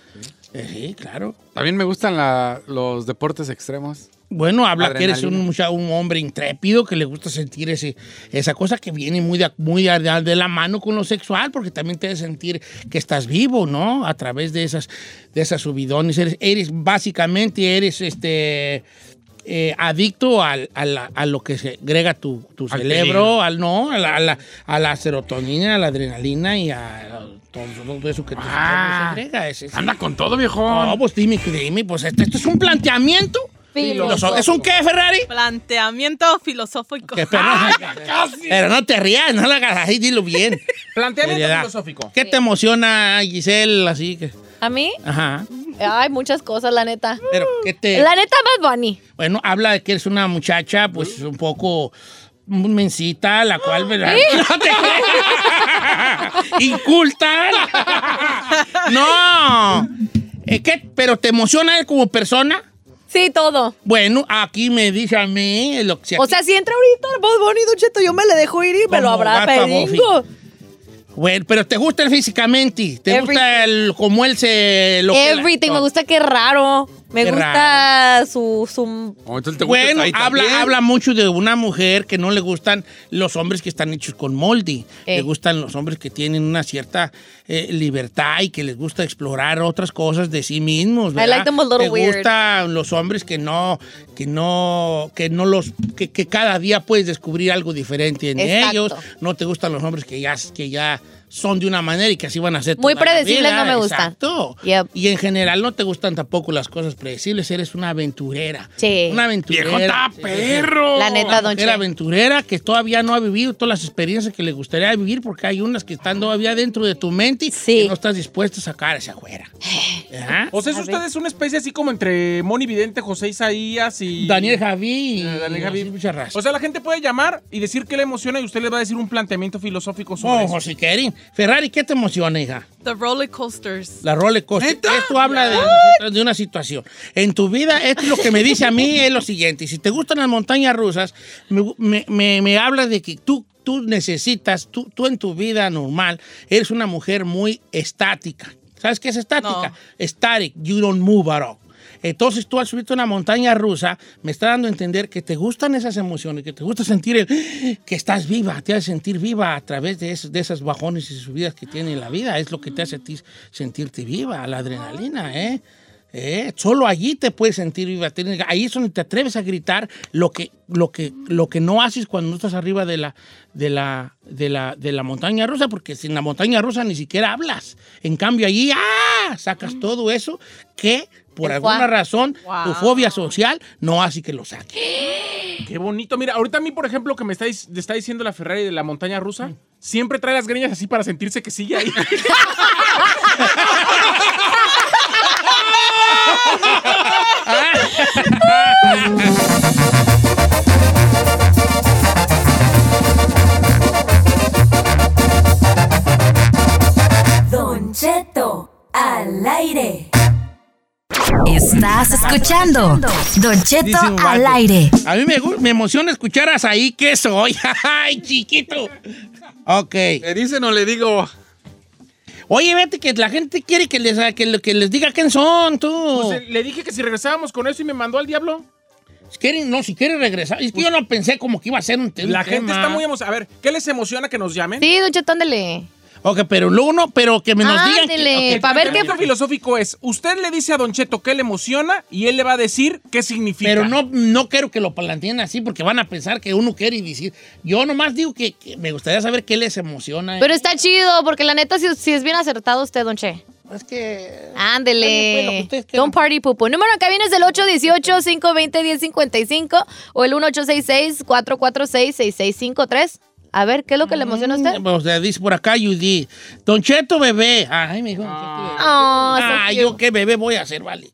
Eh, sí, claro.
También me gustan la- los deportes extremos.
Bueno, habla que eres un,
Adrenalina.
mucha- un hombre intrépido que le gusta sentir ese, esa cosa que viene muy, de, muy de, de la mano con lo sexual, porque también te hace sentir que estás vivo, ¿no? A través de esas, de esas subidones. Eres, eres básicamente, eres este eh, adicto al- a, la- a lo que se agrega tu, tu
Al
cerebro,
peligro.
al no, a la, a la- a la serotonina, a la adrenalina y a todo, todo eso que tu
Ah.
cerebro se agrega. Es- es-
Anda con todo, viejo.
No, pues dime, dime, pues este, esto es un planteamiento.
Filosófico.
¿Es un qué, Ferrari?
Planteamiento filosófico.
Que, pero, pero no te rías, no la hagas así, dilo bien.
Planteamiento
Seriedad.
filosófico.
¿Qué te emociona, Giselle? Así que.
¿A mí?
Ajá.
Ay, muchas cosas, la neta.
Pero, ¿qué te.?
La neta, Bad Bunny.
Bueno, habla de que eres una muchacha, pues un poco mencita, la cual, ¿verdad? (laughs) No te creas. Inculta. No. Eh, ¿qué? ¿Pero te emociona él como persona?
Sí, todo.
Bueno, aquí me dice a mí lo que
O sea, si entra ahorita el Bad Bunny, Don Cheto, yo me le dejo ir y me lo
Como
habrá
gata
pedingo.
Bueno, pero te gusta él físicamente, te gusta el, cómo él se lo que la-
Everything, me
no.
gusta que raro. Me
Qué
gusta su, su...
Oh, entonces te gusta
Bueno,
ahí también.
habla, habla mucho de una mujer que no le gustan los hombres que están hechos con molde.
Ey.
Le gustan los hombres que tienen una cierta eh, libertad y que les gusta explorar otras cosas de sí mismos. ¿verdad?
like them a little
Le
weird.
gustan los hombres que no, que no, que no los, que, que cada día puedes descubrir algo diferente en
Exacto.
ellos. No te gustan los hombres que ya, que ya son de una manera y que así van a ser.
Muy
toda la
predecibles
vida.
no me gustan.
Exacto.
Yep.
Y en general no te gustan tampoco las cosas predecibles. Eres una aventurera.
Sí.
Una aventurera.
Viejo está
Sí, sí, sí.
perro.
La neta, Don
Mujer
Cheto.
aventurera que todavía no ha vivido todas las experiencias que le gustaría vivir porque hay unas que están todavía dentro de tu mente
Sí.
y no estás dispuesto a sacar hacia afuera. Ajá.
O sea, es usted es una especie así como entre Moni Vidente, José Isaías y.
Daniel Javi. y-
Eh, Daniel
y
Javi.
así mucha raza.
O sea, la gente puede llamar y decir qué le emociona y usted le va a decir un planteamiento filosófico sobre
Oh,
eso.
José Kerin. Ferrari, ¿qué te emociona, hija?
The roller coasters.
La roller coaster.
¿Neta?
Esto habla de, de una situación. En tu vida, esto es lo que me dice a mí (laughs) es lo siguiente. Y Si te gustan las montañas rusas, me, me, me- me habla de que tú, tú necesitas, tú, tú en tu vida normal, eres una mujer muy estática. ¿Sabes qué es estática?
No.
Static, you don't move at all. Entonces tú al subirte a una montaña rusa me está dando a entender que te gustan esas emociones, que te gusta sentir el, que estás viva, te hace sentir viva a través de, esos- de esas bajones y subidas que tiene la vida. Es lo que te hace a ti sentirte viva, la adrenalina, ¿eh? ¿Eh? Solo allí te puedes sentir viva. Tienes- Ahí es donde te atreves a gritar lo que, lo que, lo que no haces cuando no estás arriba de la, de, la, de, la, de la montaña rusa, porque sin la montaña rusa ni siquiera hablas. En cambio, allí ¡ah! sacas todo eso que por
El
alguna
fuá.
razón
Wow.
tu fobia social no hace que lo saque.
Qué bonito. Mira, ahorita a mí, por ejemplo, que me está, dis- está diciendo la Ferrari de la montaña rusa, siempre trae las greñas así para sentirse que
(laughs)
sigue ahí.
Don Cheto, al aire.
Estás escuchando Don Cheto
Dice un vato.
al aire.
A mí me, gu- me emociona escuchar a ahí que soy. (laughs) ¡Ay, chiquito! Ok.
¿Le dicen o le digo?
Oye, vete que la gente quiere que les, que, lo- que les diga quién son, tú.
Pues, eh, le dije que si regresábamos con eso y me mandó al diablo.
Si quieren- no, si quiere regresar. Es que yo no pensé como que iba a ser un tema.
La gente está muy emocionada. A ver, ¿qué les emociona que nos llamen?
Sí, Don Cheto, ándele.
Ok, pero luego no, pero que me nos digan.
Ándele,
que- ok,
Eh, pa' ver qué-
planteamiento filosófico es, usted le dice a Don Cheto qué le emociona y él le va a decir qué significa.
Pero no, no quiero que lo planteen así porque van a pensar que uno quiere y decir. Yo nomás digo que, que me gustaría saber qué les emociona. eh.
Pero está chido, porque la neta, si, si es bien acertado usted, Don Che.
es que.
¿Ah,
Ándale, pues, lo que
Ándele.
ustedes quieran.
Don't party pupo. Número acá viene es el 818-520-1055 o el 1866-446-6653. A ver, ¿qué es lo que le emociona a usted?
Mm, O sea, dice por acá Judy. Don Cheto bebé. Ay, me dijo Don Cheto bebé.
Oh, so
Ah,
cute.
yo qué bebé voy a hacer, vale.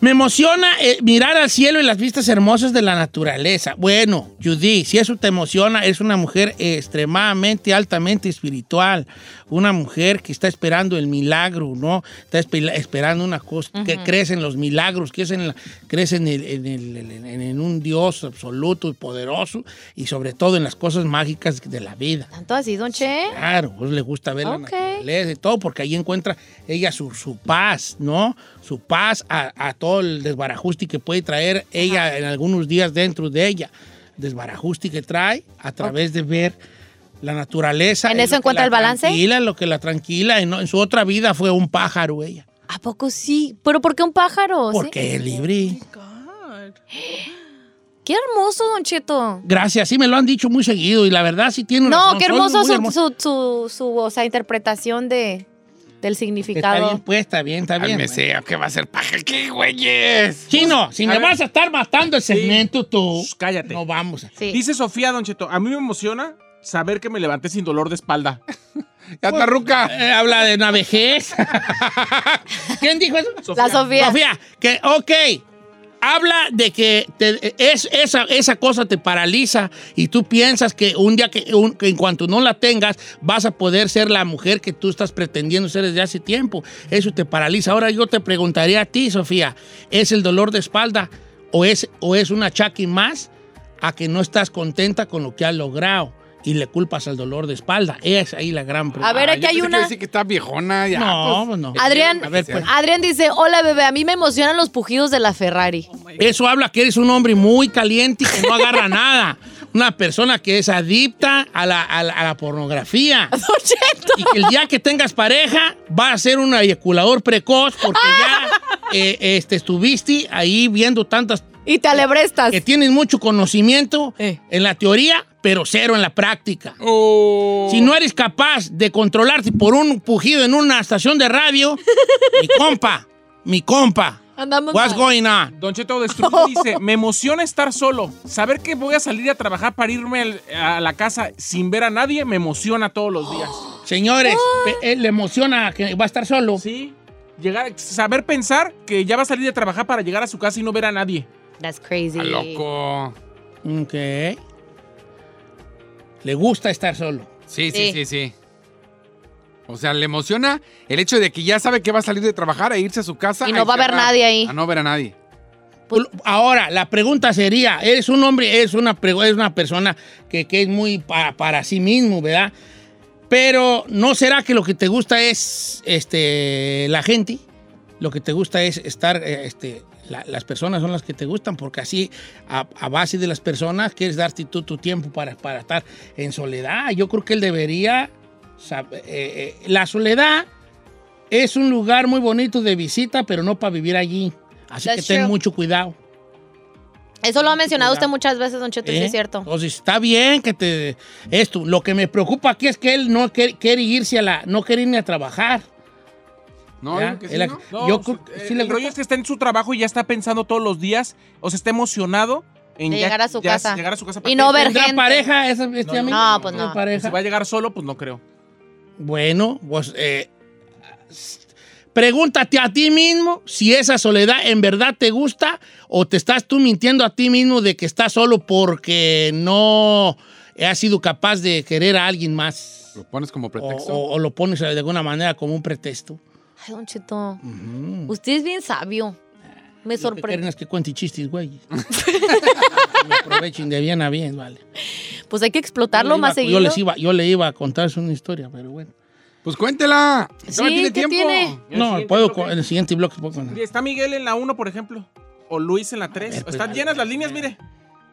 Me emociona eh, mirar al cielo y las vistas hermosas de la naturaleza. Bueno, Judy, si eso te emociona, es una mujer extremadamente, altamente espiritual. Una mujer que está esperando el milagro, ¿no? Está espe- esperando una cosa, que crece en los milagros, que es en la- crece en, el- en el- en- en- en un Dios absoluto y poderoso y sobre todo en las cosas mágicas de la vida.
Tanto así, Don Che.
Claro, pues le gusta ver la
Ok.
naturaleza y todo, porque ahí encuentra ella su, su paz, ¿no? Su paz a, a todo el desbarajuste que puede traer ella en algunos días dentro de ella. Desbarajuste que trae a través de ver la naturaleza.
¿En
Es lo
eso
que
encuentra
la
el balance?
Tranquila, lo que la tranquila. En, en su otra vida fue un pájaro ella.
Oh, ¿A poco sí? ¿Pero por qué un pájaro? ¿Sí?
Porque es libre.
God.
Qué hermoso, Don Cheto.
Gracias, sí me lo han dicho muy seguido y la verdad sí tiene
No,
razón.
qué
Soy
hermoso
muy
su,
hermoso.
su, su, su, o sea, interpretación de, del
Está
significado.
bien, pues, está bien, está bien.
Cálmese, ¿qué va a ser paja? ¿Qué, güeyes?
Chino, si
A
me
ver.
vas a estar matando el segmento, tú.
cállate.
No vamos. a-
Sí.
Dice Sofía, Don Cheto, a mí me emociona saber que me levanté sin dolor de espalda.
Ya está ruca.
Eh, habla de una vejez. ¿Quién dijo eso?
La Sofía.
Sofía, que, ok, habla de que te- eh, es, esa, esa cosa te paraliza y tú piensas que un día que, un- que en cuanto no la tengas vas a poder ser la mujer que tú estás pretendiendo ser desde hace tiempo. Eso te paraliza. Ahora yo te preguntaría a ti, Sofía, ¿es el dolor de espalda o es, o es un achaque más a que no estás contenta con lo que has logrado? Y le culpas al dolor de espalda. Es ahí la gran pregunta.
A ver,
Ah,
aquí
yo
hay
pensé que
una-
iba a decir que está viejona. Ya,
No,
pues.
pues no.
Adrián,
A ver, pues.
Adrián dice, hola bebé, a mí me emocionan los pujidos de la Ferrari.
ah, Eso habla que eres un hombre muy caliente y que no agarra nada. Una persona que es adicta a la, a la- a la pornografía.
Don Cheto.
Y que el día que tengas pareja va a ser un eyaculador precoz porque ya eh, este, estuviste ahí viendo tantas
Y te alebrestas.
que tienes mucho conocimiento
Eh.
en la teoría, pero cero en la práctica.
Oh.
Si no eres capaz de controlarte por un pujido en una estación de radio, mi compa, mi compa,
Andamos
what's
mal.
going on?
Don Cheto Destruido dice, me emociona estar solo. Saber que voy a salir a trabajar para irme al- a la casa sin ver a nadie me emociona todos
(gasps)
los días.
Señores, pe- eh, le emociona que va a estar solo.
Sí. Llegar, saber pensar que ya va a salir de trabajar para llegar a su casa y no ver a nadie.
That's crazy.
Está loco.
Ok. Le gusta estar solo.
Sí,
Sí.
sí, sí, sí, O sea, le emociona el hecho de que ya sabe que va a salir de trabajar e irse a su casa.
Y no va a ver
encerrar-
nadie ahí.
A no ver a nadie.
Pues, Ahora, la pregunta sería, eres un hombre, eres una, pre- eres una persona que, que es muy para, para sí mismo, ¿verdad? Pero ¿no será que lo que te gusta es este, la gente? Lo que te gusta es estar, eh, este, la- las personas son las que te gustan, porque así, a, a base de las personas, quieres darte tú tu tiempo para, para estar en soledad. Yo creo que él debería, sab- eh, eh, la soledad es un lugar muy bonito de visita, pero no para vivir allí. Así
That's
que ten
true.
mucho cuidado.
Eso lo ha mencionado usted muchas veces, Don Cheto, sí
¿Eh?
es cierto.
Entonces, está bien que te... Esto, lo que me preocupa aquí es que él no quer- quiere irse a la... No quiere ir ni a trabajar.
No,
Ya,
digo que sí,
él la-
¿no?
No,
Yo
o
creo
sea,
que
eh,
sí le
el rollo
gusta.
es que está en su trabajo y ya está pensando todos los días, o sea, está emocionado en
De
ya-
llegar a su
ya
casa.
llegar a su casa
Y no ver
¿Tendrá
gente.
pareja esa- este
no,
amigo?
no, pues no.
pareja.
Si va a llegar solo, pues no creo.
Bueno, pues... eh, pregúntate a ti mismo si esa soledad en verdad te gusta o te estás tú mintiendo a ti mismo de que estás solo porque no has sido capaz de querer a alguien más.
Lo pones como
O,
pretexto.
o- o lo pones de alguna manera como un pretexto.
Ay, Don Cheto,
Mm. Ujú.
usted es bien sabio.
Lo Ah,
Me
que quieren
sorprende.
es que cuente chistes, güey. Me
(laughs)
aprovechen de bien a bien, vale.
Pues hay que
Yo
explotarlo
le
más
iba-
seguido.
Yo, les iba, yo le iba a contar una historia, pero bueno.
Pues cuéntela.
Sí,
no tiene
¿qué
tiempo.
tiene?
Y el
No,
siguiente
puedo
bloque-
con- en el siguiente bloque. pues, Puedo con-
Está Miguel en la 1, por ejemplo, o Luis en la 3.
ver, pues,
Están
a
llenas
ver,
las
a
líneas,
ver.
mire.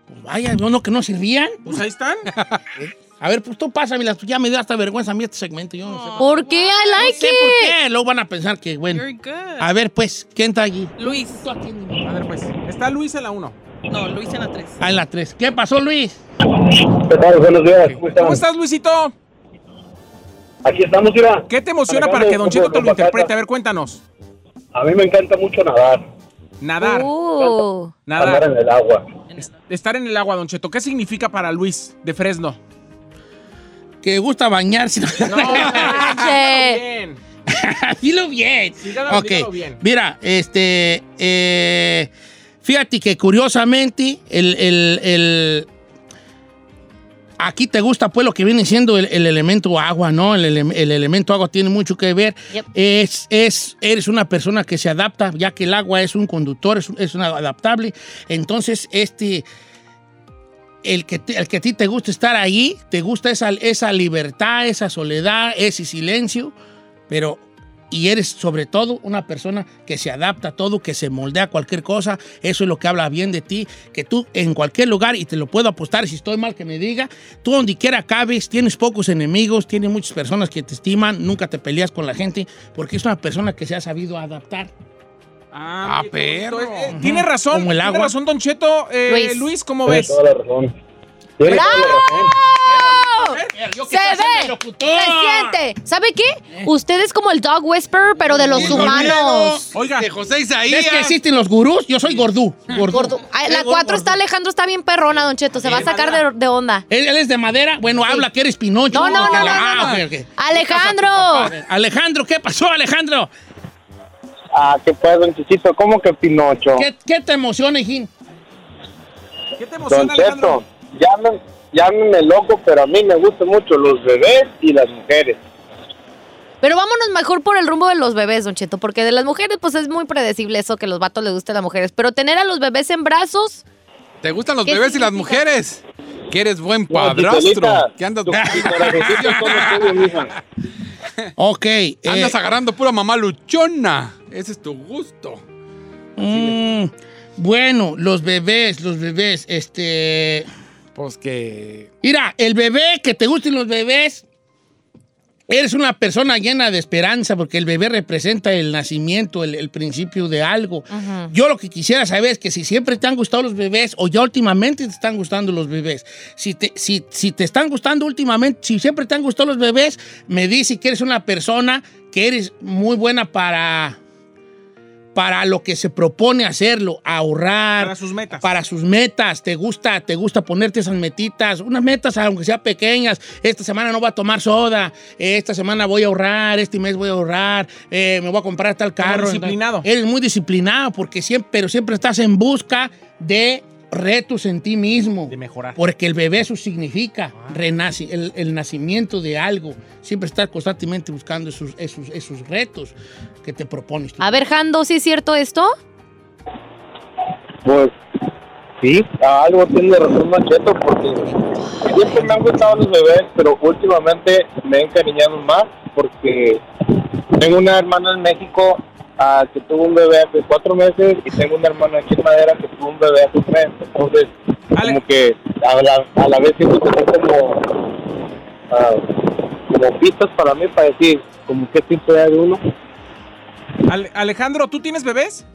Pues vaya, no, no, que no servían.
Pues ahí están.
(laughs) A ver, pues tú pásame las ya me da hasta vergüenza a mí este segmento. Yo no sé.
¿Por qué? I
No
like
sé
it.
por qué. Luego van a pensar que, bueno.
You're good.
A ver, pues, ¿quién está allí?
Luis.
A ver, pues. Está Luis en la 1.
No, Luis en la 3.
Ah, en la 3. ¿Qué pasó, Luis?
¿Qué tal? Buenos días, ¿cómo
¿Cómo
están?
estás, Luisito?
Aquí estamos, mira.
¿Qué te emociona para
Manejando
que Don Cheto
rumbo-
te lo
rumbo a casa.
interprete? A ver, cuéntanos.
A mí me encanta mucho nadar,
Nadar,
Uh,
Ah.
andar
nadar,
en el agua.
estar en el agua, Don Cheto. ¿Qué significa para Luis de Fresno?
Que gusta bañarse.
(laughs)
(laughs)
bien.
Dilo bien.
Dígalo,
Ok,
dígalo bien.
Mira, este. eh, fíjate que curiosamente, el, el- el- Aquí te gusta, pues, lo que viene siendo el, el elemento agua, ¿no? El, ele- el elemento agua tiene mucho que ver.
Yep.
Es, es, eres una persona que se adapta, ya que el agua es un conductor, es, un- es una adaptable. Entonces, este el que, te- el que a ti te gusta estar ahí, te gusta esa, esa libertad, esa soledad, ese silencio, pero y eres sobre todo una persona que se adapta a todo, que se moldea a cualquier cosa, eso es lo que habla bien de ti, que tú en cualquier lugar, y te lo puedo apostar si estoy mal que me diga, tú donde quiera cabes, tienes pocos enemigos, tienes muchas personas que te estiman, nunca te peleas con la gente, porque es una persona que se ha sabido adaptar.
Ah,
perro.
Eh, Tiene razón,
Como el
tiene
agua.
razón, Don Cheto. Eh,
Luis.
Luis. ¿cómo
Tiene
ves?
toda la razón. Tiene toda la razón.
¡Bravo!
Yo que
Se
estaba haciendo
ve,
el locutor. Eh.
se siente. ¿Sabe qué? Usted es como el dog whisperer, pero de los
Y
humanos.
Olmedo,
Oiga.
De José Isaías.
¿Ves que existen los gurús? Yo soy gordú.
Ah,
Gordú.
Ay,
Eh,
La
gor-
4 está
gordú.
Alejandro, está bien perrona, Don Cheto. Se va a sacar de, de onda.
¿Él, él es de madera? Bueno, habla que eres pinocho.
No, no,
Porque
no,
la-
no, no,
ah,
no.
ok, ok.
Alejandro.
A ver, Alejandro, ¿qué pasó, Alejandro?
Ah, qué pues, don Chichito, ¿cómo que Pinocho?
¿Qué, qué te emociona, Jim?
¿Qué te
Don
emociona,
Cheto,
Alejandro?
llámen- llámenme loco, pero a mí me gustan mucho los bebés y las mujeres.
Pero vámonos mejor por el rumbo de los bebés, Don Cheto, porque de las mujeres, pues es muy predecible eso que los vatos les gusten a las mujeres. Pero tener a los bebés en brazos,
¿Te gustan los
¿Qué
bebés y las
significa?
mujeres? Que eres buen
No,
padrastro.
Chicolita,
Que andas, (laughs)
tu- tus corazoncitos son los tuyos, mija.
Ok. eh,
andas agarrando pura mamá luchona. Ese es tu gusto.
mm, bueno, los bebés, los bebés, este...
Pues que.
Mira, el bebé, que te gusten los bebés, eres una persona llena de esperanza porque el bebé representa el nacimiento, el, el principio de algo. Yo lo que quisiera saber es que si siempre te han gustado los bebés o ya últimamente te están gustando los bebés. Si te, si, si te están gustando últimamente, si siempre te han gustado los bebés, me dice que eres una persona que eres muy buena para para lo que se propone hacerlo, ahorrar,
Para sus metas.
para sus metas, te gusta, te gusta ponerte esas metitas, unas metas aunque sean pequeñas, esta semana no voy a tomar soda, eh, esta semana voy a ahorrar, este mes voy a ahorrar, eh, me voy a comprar tal carro.
disciplinado.
Eres muy disciplinado porque siempre, pero siempre estás en busca de retos en ti mismo.
De mejorar. Ah.
Porque el bebé eso significa renaci- el, el nacimiento de algo. Siempre estás constantemente buscando esos, esos, esos retos que te propones. tú.
a ver, Jando, ¿sí es cierto esto?
Pues sí, a algo tiene razón Don Cheto, porque siempre me han gustado los bebés, pero últimamente me he encariñado más porque tengo una hermana en México ah, que tuvo un bebé hace cuatro meses y tengo un hermano aquí en Madera que tuvo un bebé hace tres. Entonces,
Ale-
como que a la, a la vez siento que son como, ah, como pistas para mí para decir como qué tipo era de uno.
Ale- Alejandro, ¿tú tienes bebés?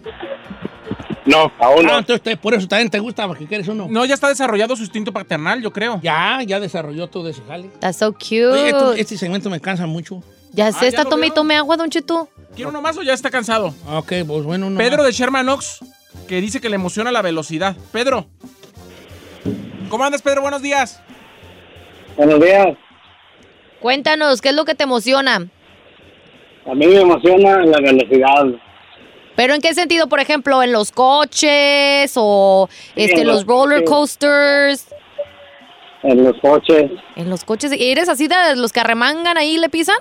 No, aún
Ah,
no.
entonces te- por eso también te gusta, porque quieres uno.
No, ya está desarrollado su instinto paternal, yo creo.
Ya, ya desarrolló todo ese jale.
That's so cute.
Oye, esto- Ah, este segmento me cansa mucho.
ya sé,
ya
está
lo
tome y
veo.
tome agua, Don Cheto.
¿Quiere uno más o ya está cansado?
Ah, Ok, pues bueno. uno
Pedro
más.
de Sherman Oaks, que dice que le emociona la velocidad. Pedro. ¿Cómo andas, Pedro? Buenos días.
Buenos días.
Cuéntanos, ¿qué es lo que te emociona?
A mí me emociona la velocidad.
Pero en qué sentido, por ejemplo, en los coches o este,
en
los
los
roller
coches.
coasters,
en los coches.
en los coches. ¿Eres así de los que arremangan ahí y le pisan?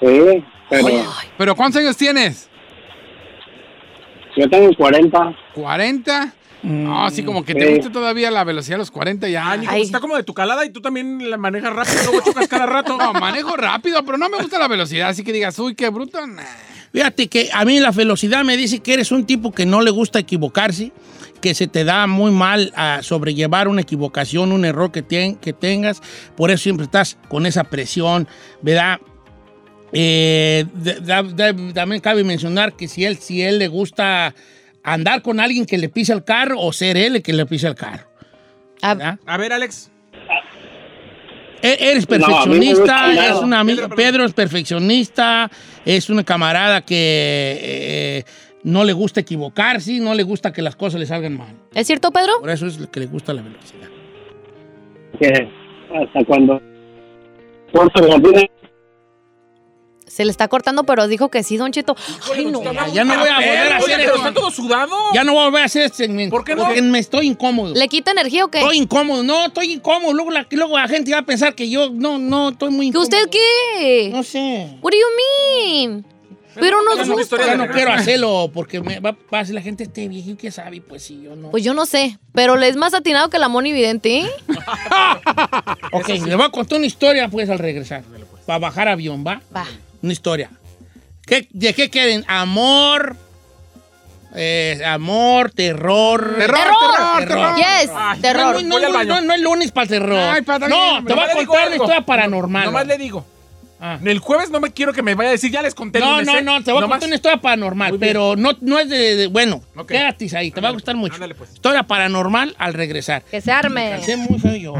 Sí, pero
¿Pero cuántos años tienes?
yo tengo 40.
¿40? No, así Ah, como que te
Sí.
gusta todavía la velocidad a los 40 ya.
Ah, ni como
Mm, Ay.
está como de tu calada y tú también la manejas rápido, luego chocas cada rato.
No, manejo rápido, pero no me gusta la velocidad, así que digas, uy, qué bruto. nah.
Fíjate que a mí la velocidad me dice que eres un tipo que no le gusta equivocarse, que se te da muy mal a sobrellevar una equivocación, un error que, tien- que tengas. Por eso siempre estás con esa presión, ¿verdad? Eh, de- da- da- también cabe mencionar que si él, si él le gusta andar con alguien que le pisa el carro o ser él el que le pisa el carro.
Ah,
¿verdad?
A ver, Alex.
E- Eres
No, a mí me
perfeccionista,
gusta nada.
es un amigo.
Pedro,
Pedro,
perdón.
es perfeccionista, es una camarada que eh, no le gusta equivocarse, no le gusta que las cosas le salgan mal.
¿Es cierto, Pedro?
Por eso es lo que le gusta la velocidad.
que hasta cuando corto el jardín,
Se le está cortando, pero dijo que sí, Don Cheto. Ay, no.
Ya, ya no voy
Ah,
a volver a
Eh, Oye,
hacer
pero
esto.
está todo sudado.
Ya no voy a volver a hacer este segmento.
¿Por qué no?
Porque me estoy incómodo.
¿Le quita energía o qué?
Estoy incómodo, no, estoy incómodo. Luego la, luego la gente va a pensar que yo, no, no, estoy muy
¿Que
incómodo.
usted qué?
No sé.
What do you mean? Pero
Ya
nos
no,
gusta.
ya no quiero hacerlo porque me va, va a decir la gente, este viejo que sabe, pues sí, yo no.
Pues yo no sé, pero le es más atinado que la Moni Vidente, ¿eh?
Ok, le voy a contar una historia, pues, al regresar. Para bajar avión, ¿va?
Va.
Una historia. ¿Qué- ¿De qué quieren? Amor. eh, amor, terror.
Terror,
Terror.
terror, terror.
Yes,
Ay,
No,
terror.
no,
Voy al
no,
baño.
no, no es lunes para el terror.
Ay, pa, está
no,
bien,
te
me
voy a
Nomás le digo
contar una
algo.
historia paranormal.
Nomás le digo. El jueves no me quiero que me vaya a decir, ya les conté. el
Ah. No,
lunes,
no,
¿eh?
no, te voy a
Nomás-
contar una historia paranormal,
Muy bien.
pero no, no es de, de- bueno,
Ok.
quédate ahí, te va a
Ándale,
gustar mucho.
ándale, pues.
Historia paranormal al regresar.
Que se arme.
Cansé muy feo yo.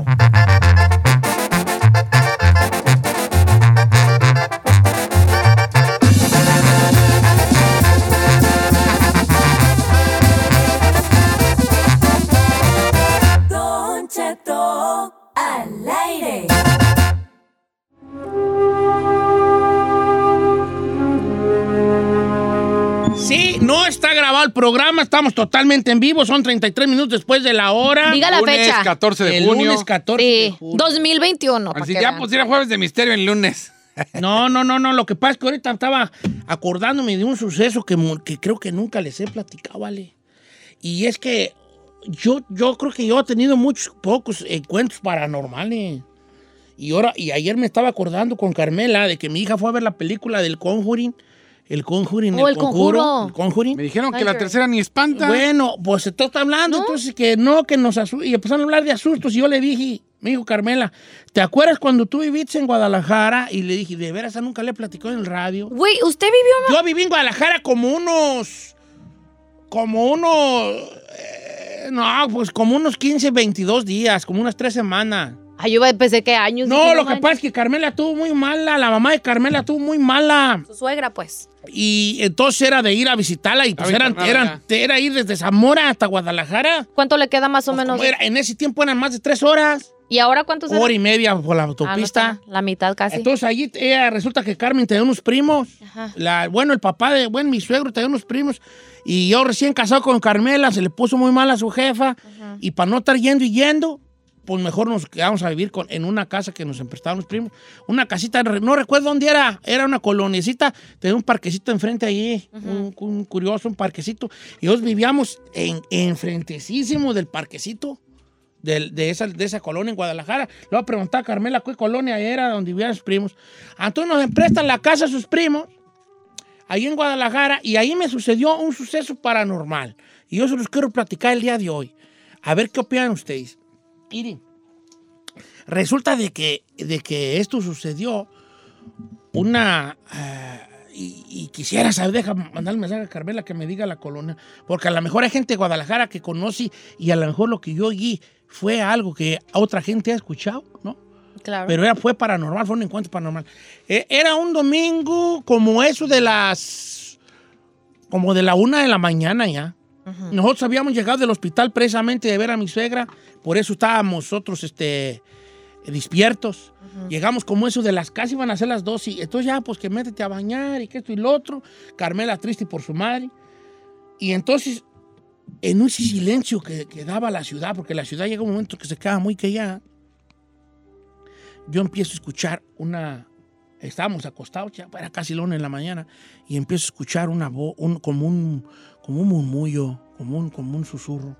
Don Cheto al aire.
Sí, no está grabado el programa, estamos totalmente en vivo, son 33 minutos después de la hora.
Diga la
lunes
fecha.
14 de
El
junio.
lunes 14 de
Sí,
junio.
2021. pa'
Así
que
ya pues.
vean.
pusiera jueves de misterio en lunes.
No, no, no, no. Lo que pasa es que ahorita estaba acordándome de un suceso que, mu- que creo que nunca les he platicado, ¿vale? Y es que yo, yo creo que yo he tenido muchos pocos encuentros paranormales. Y ahora, y ayer me estaba acordando con Carmela de que mi hija fue a ver la película del Conjuring. El Conjuring,
Oh, El Conjuro.
El Conjuring.
Me dijeron que la
Conjuring.
tercera ni espanta.
Bueno, pues se está hablando, entonces que no, que nos asustan. Y empezaron a hablar de asustos. Y yo le dije, me dijo Carmela, ¿te acuerdas cuando tú viviste en Guadalajara? Y le dije, de veras, esa nunca le platicó en el radio.
Güey, usted vivió una-
Yo viví en Guadalajara como unos. Como unos. eh, no, pues como unos 15, 22 días, como unas tres semanas.
Ay, yo pensé que años.
No,
dije,
lo que
manches.
pasa es que Carmela tuvo muy mala, la mamá de Carmela tuvo muy mala.
Su suegra, pues.
Y entonces era de ir a visitarla y pues
A
eran,
visitarla.
eran- era ir desde Zamora hasta Guadalajara.
¿Cuánto le queda más o
Pues,
menos?
como era- en ese tiempo eran más de tres horas,
¿Y ahora cuántos eran?
hora y media por la
Ah, no,
autopista.
está- ¿Ah, la mitad casi.
Entonces allí ella, resulta que Carmen tenía unos primos.
Ajá.
La- bueno, el papá de, bueno, mi suegro tenía unos primos. Y yo recién casado con Carmela, se le puso muy mal a su jefa. Y para no estar yendo y yendo, pues mejor nos quedamos a vivir con, en una casa que nos emprestaban los primos. Una casita, re- no recuerdo dónde era, era una coloniecita, tenía un parquecito enfrente allí, un, un curioso, un parquecito. Y nosotros vivíamos en, enfrentecísimo del parquecito. del- De, esa, de esa colonia en Guadalajara. Luego preguntaba a Carmela qué colonia era donde vivían sus primos. Entonces nos emprestan la casa a sus primos ahí en Guadalajara y ahí me sucedió un suceso paranormal. Y yo se los quiero platicar el día de hoy. A ver qué opinan ustedes. Iri, resulta de que, de que esto sucedió una... ah, y, y quisiera saber, deja mandar el mensaje a Carmela que me diga la colonia, porque a lo mejor hay gente de Guadalajara que conoce y a lo mejor lo que yo oí fue algo que otra gente ha escuchado, ¿no?
Claro.
Pero era, fue paranormal, fue un encuentro paranormal. Eh, era un domingo como eso de las. como de la una de la mañana ya. Nosotros habíamos llegado del hospital precisamente de ver a mi suegra, por eso estábamos nosotros este, despiertos. Llegamos como eso de las casi iban a ser las dos y entonces ya pues que métete a bañar y que esto y lo otro. Carmela triste por su madre. Y entonces, en un silencio que, que daba la ciudad, porque la ciudad llega un momento que se queda muy que ya yo empiezo a escuchar una. Estábamos acostados, ya era casi la una en la mañana, y empiezo a escuchar una voz, un, como, un, como un murmullo, como un, como un susurro.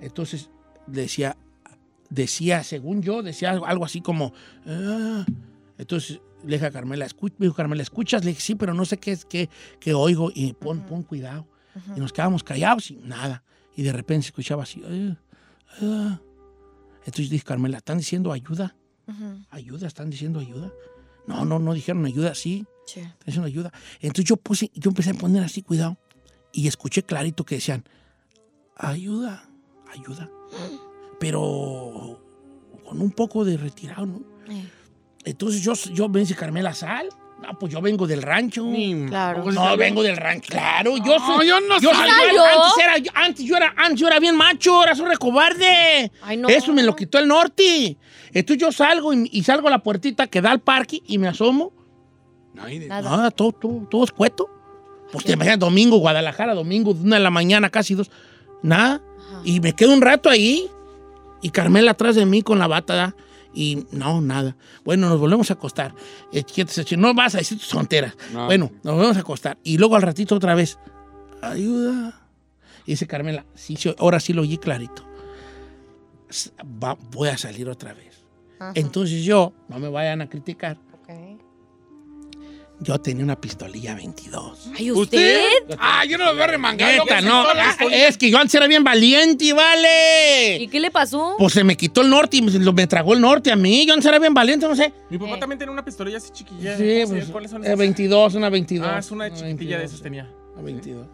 Entonces decía, decía, según yo, decía algo, algo así como. "Ah". Entonces le dije a Carmela, escu- me dijo Carmela, ¿escuchas? Le dije, sí, pero no sé qué es que, que oigo, y pon, pon cuidado. Y nos quedábamos callados y nada. Y de repente se escuchaba así. "Ah, ah". Entonces dije, Carmela, ¿están diciendo ayuda? ayuda, están diciendo ayuda. No, no, no dijeron ayuda, sí,
Sí.
están diciendo ayuda. Entonces yo puse, yo empecé a poner así, cuidado, y escuché clarito que decían, ayuda, ayuda. Pero con un poco de retirado, ¿no?
Eh.
Entonces yo, yo me dice Carmela Sal, no, pues yo vengo del rancho.
Claro.
No, vengo del rancho, claro. Yo soy.
Pues, No, yo no
yo soy
salgo.
igual.
¿Yo?
antes, era, yo- antes, yo era, antes yo era bien macho, ahora soy recobarde.
Ay, no.
Eso me lo quitó el norte. Entonces yo salgo y, y salgo a la puertita que da al parque y me asomo.
Ay, de-
Nada.
Nada, Ah, todo, todo, todo escueto. Pues te imaginas, domingo, Guadalajara, domingo, de una de la mañana, casi dos. Nada.
Ajá.
Y me quedo un rato ahí. Y Carmela atrás de mí con la bata. ¿da? Y no, nada. Bueno, nos volvemos a acostar. Eh, quietos, eh, No vas a decir tus tonteras.
No.
Bueno, nos volvemos a acostar. Y luego al ratito otra vez. Ayuda. Y dice Carmela, sí, sí, ahora sí lo oí clarito. S- va- voy a salir otra vez.
Ajá.
Entonces yo, no me vayan a criticar,
Ok.
Yo tenía una pistolilla 22.
¿Ay, usted?
Ah, yo no me voy a remangar.
Neta,
loco,
no.
si todas las
ah, Es que yo antes era bien valiente, ¿vale?
¿Y qué le pasó?
Pues se me quitó el norte y me, lo- me tragó el norte a mí. Yo antes era bien valiente, no sé.
Mi papá
Eh.
también tenía una pistolilla así chiquilla.
Sí,
No sé,
pues.
¿Cuáles son
eh, 22, una 22.
Ah, es una
Una
chiquitilla
22,
de esas tenía.
una 22.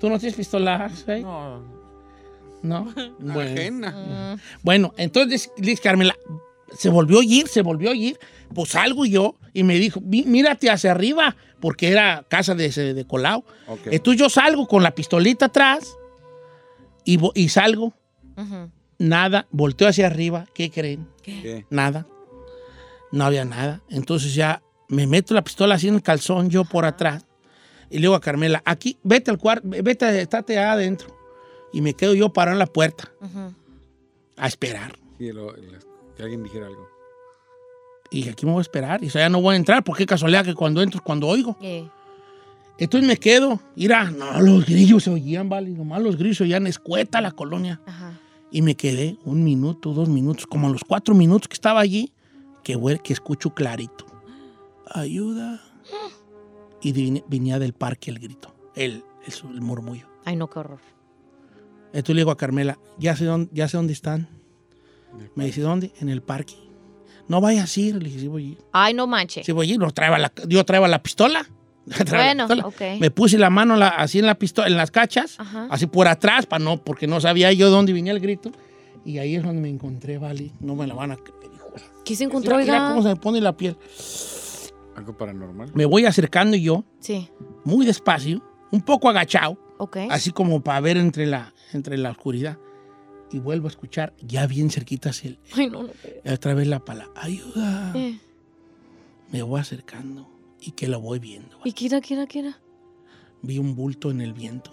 ¿Tú no tienes pistolas? eh?
No. (laughs)
No. Bueno.
Mm.
Ajena.
Bueno, entonces, Liz Carmela, se volvió a ir, se volvió a ir. Pues salgo yo y me dijo, "Mí- mírate hacia arriba, porque era casa de, ese- de Colau.
Ok.
Eh.
Entonces yo salgo con la pistolita atrás y, vo- y salgo,
Ujú.
nada, volteo hacia arriba, ¿qué creen?
¿Qué?
Nada. No había nada. Entonces ya me meto la pistola así en el calzón, yo por atrás. Y le digo a Carmela, aquí, vete al cuarto, vete, estate adentro. Y me quedo yo parado en la puerta a esperar.
Sí, lo- lo- que alguien dijera algo.
Y dije, aquí me voy a esperar. Y o sea, ya no voy a entrar, porque qué casualidad que cuando entro es cuando oigo.
¿Qué?
Entonces me quedo. Mira, no, los grillos se oían, vale. Nomás los grillos se oían escueta la colonia.
Ajá.
Y me quedé un minuto, dos minutos, como a los cuatro minutos que estaba allí, que, hue- que escucho clarito. Ayuda. Y vine- venía del parque el grito, el, el su- el murmullo.
Ay, no, qué horror.
Entonces le digo a Carmela, ya sé dónde, ya sé dónde están. Me dice, ¿dónde? En el parque. No vayas a ir. Le dije, sí voy a ir.
Ay, no manche.
Sí, voy, no traeba la, yo traeba la pistola. (laughs) Traeba la
Bueno,
pistola.
ok.
Me puse la mano la- así en la pistola, en las cachas,
Ajá.
así por atrás, para no, porque no sabía yo dónde venía el grito. Y ahí es donde me encontré, vale. No me la van a creer, hijo.
¿Qué se
Mira,
encontró,
mira
oiga?
cómo se me pone la piel.
¿Algo paranormal?
Me voy acercando yo,
Sí,
muy despacio, un poco agachado,
ok.
así como para ver entre la, entre la oscuridad. Y vuelvo a escuchar, ya bien cerquitas, el,
Ay, no, no.
otra vez la palabra, ayuda.
Eh,
Me voy acercando y que lo voy viendo.
¿Y qué era, qué era, qué era?
vi un bulto en el
(gasps)
viento.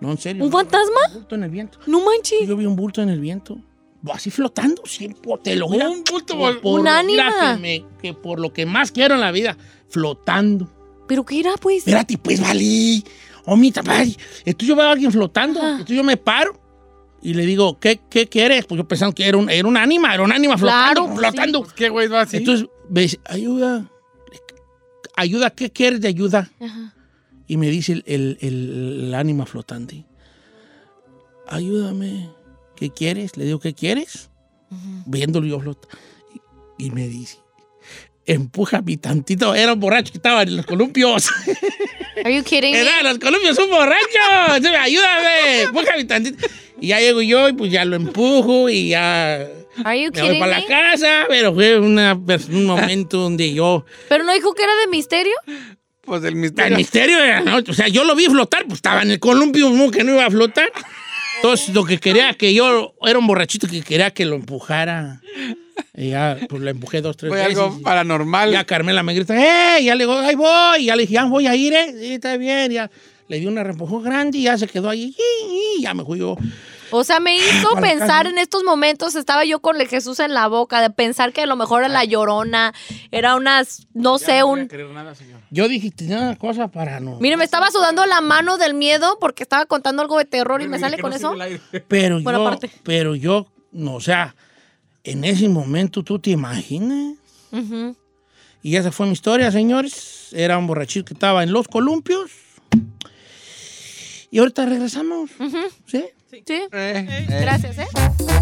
No, en serio.
¿Un
no,
fantasma?
Un bulto en el viento.
No
Sí,
manche.
Yo vi un bulto en el viento. Así flotando, siempre te lo juro.
Un bulto
Por-
vol-
por-
Un
mira,
ánima.
Que, me- que por lo que más quiero en la vida, flotando.
¿Pero qué era, pues?
Espérate, pues, vale. Oh, mi tapay. Entonces yo veo a alguien flotando.
Ajá.
Entonces yo me paro y le digo, ¿qué, qué quieres? Pues yo pensando que era un, era un ánima, era un ánima flotando.
Claro,
flotando.
Pues, ¿Qué güey va así?
Entonces me dice, ayuda. Ayuda, ¿qué quieres de ayuda?
Ajá.
Y me dice el, el- el- el ánima flotante, ayúdame, ¿qué quieres? Le digo, ¿qué quieres? Viéndolo yo flota. Y, y me dice, empújame tantito. Era un borracho que estaba en los columpios.
Are you kidding me?
Era en los columpios un borracho. Dice, Ayúdame, empújame tantito. Y ya llego yo y pues ya lo empujo y ya
Are you
me voy
kidding
para
me?
la casa. Pero fue una- un momento donde yo...
¿Pero no dijo que era de misterio?
Pues el
El
misterio.
misterio de la noche. O sea, yo lo vi flotar, pues estaba en el columpio, no, que no iba a flotar. Entonces, lo que quería que yo era un borrachito que quería que lo empujara. Y ya, pues lo empujé dos, tres
Fue
veces.
algo paranormal.
Ya Carmela me grita, ¡eh! Ya le digo, ¡ahí voy! Ya le dije, ya voy a ir, ¿eh? Sí, está bien. Ya le di una empujón grande y ya se quedó ahí. Y ya me fui yo.
O sea, me hizo
Para la
pensar
casa.
en estos momentos, estaba yo con el Jesús en la boca, de pensar que a lo mejor era la llorona, era unas, no sé, un...
Yo dije, tenía una cosa para no.
Mire, me estaba sudando la mano del miedo porque estaba contando algo de terror y me sale
Que
con
no
eso.
sirve el aire.
Pero
Bueno,
yo,
aparte.
pero yo, no, o sea, en ese momento, ¿tú te imaginas?
Ujú.
Y esa fue mi historia, señores. Era un borrachito que estaba en los columpios. Y ahorita regresamos. ¿Sí?
Sí,
Eh, eh.
gracias, ¿eh?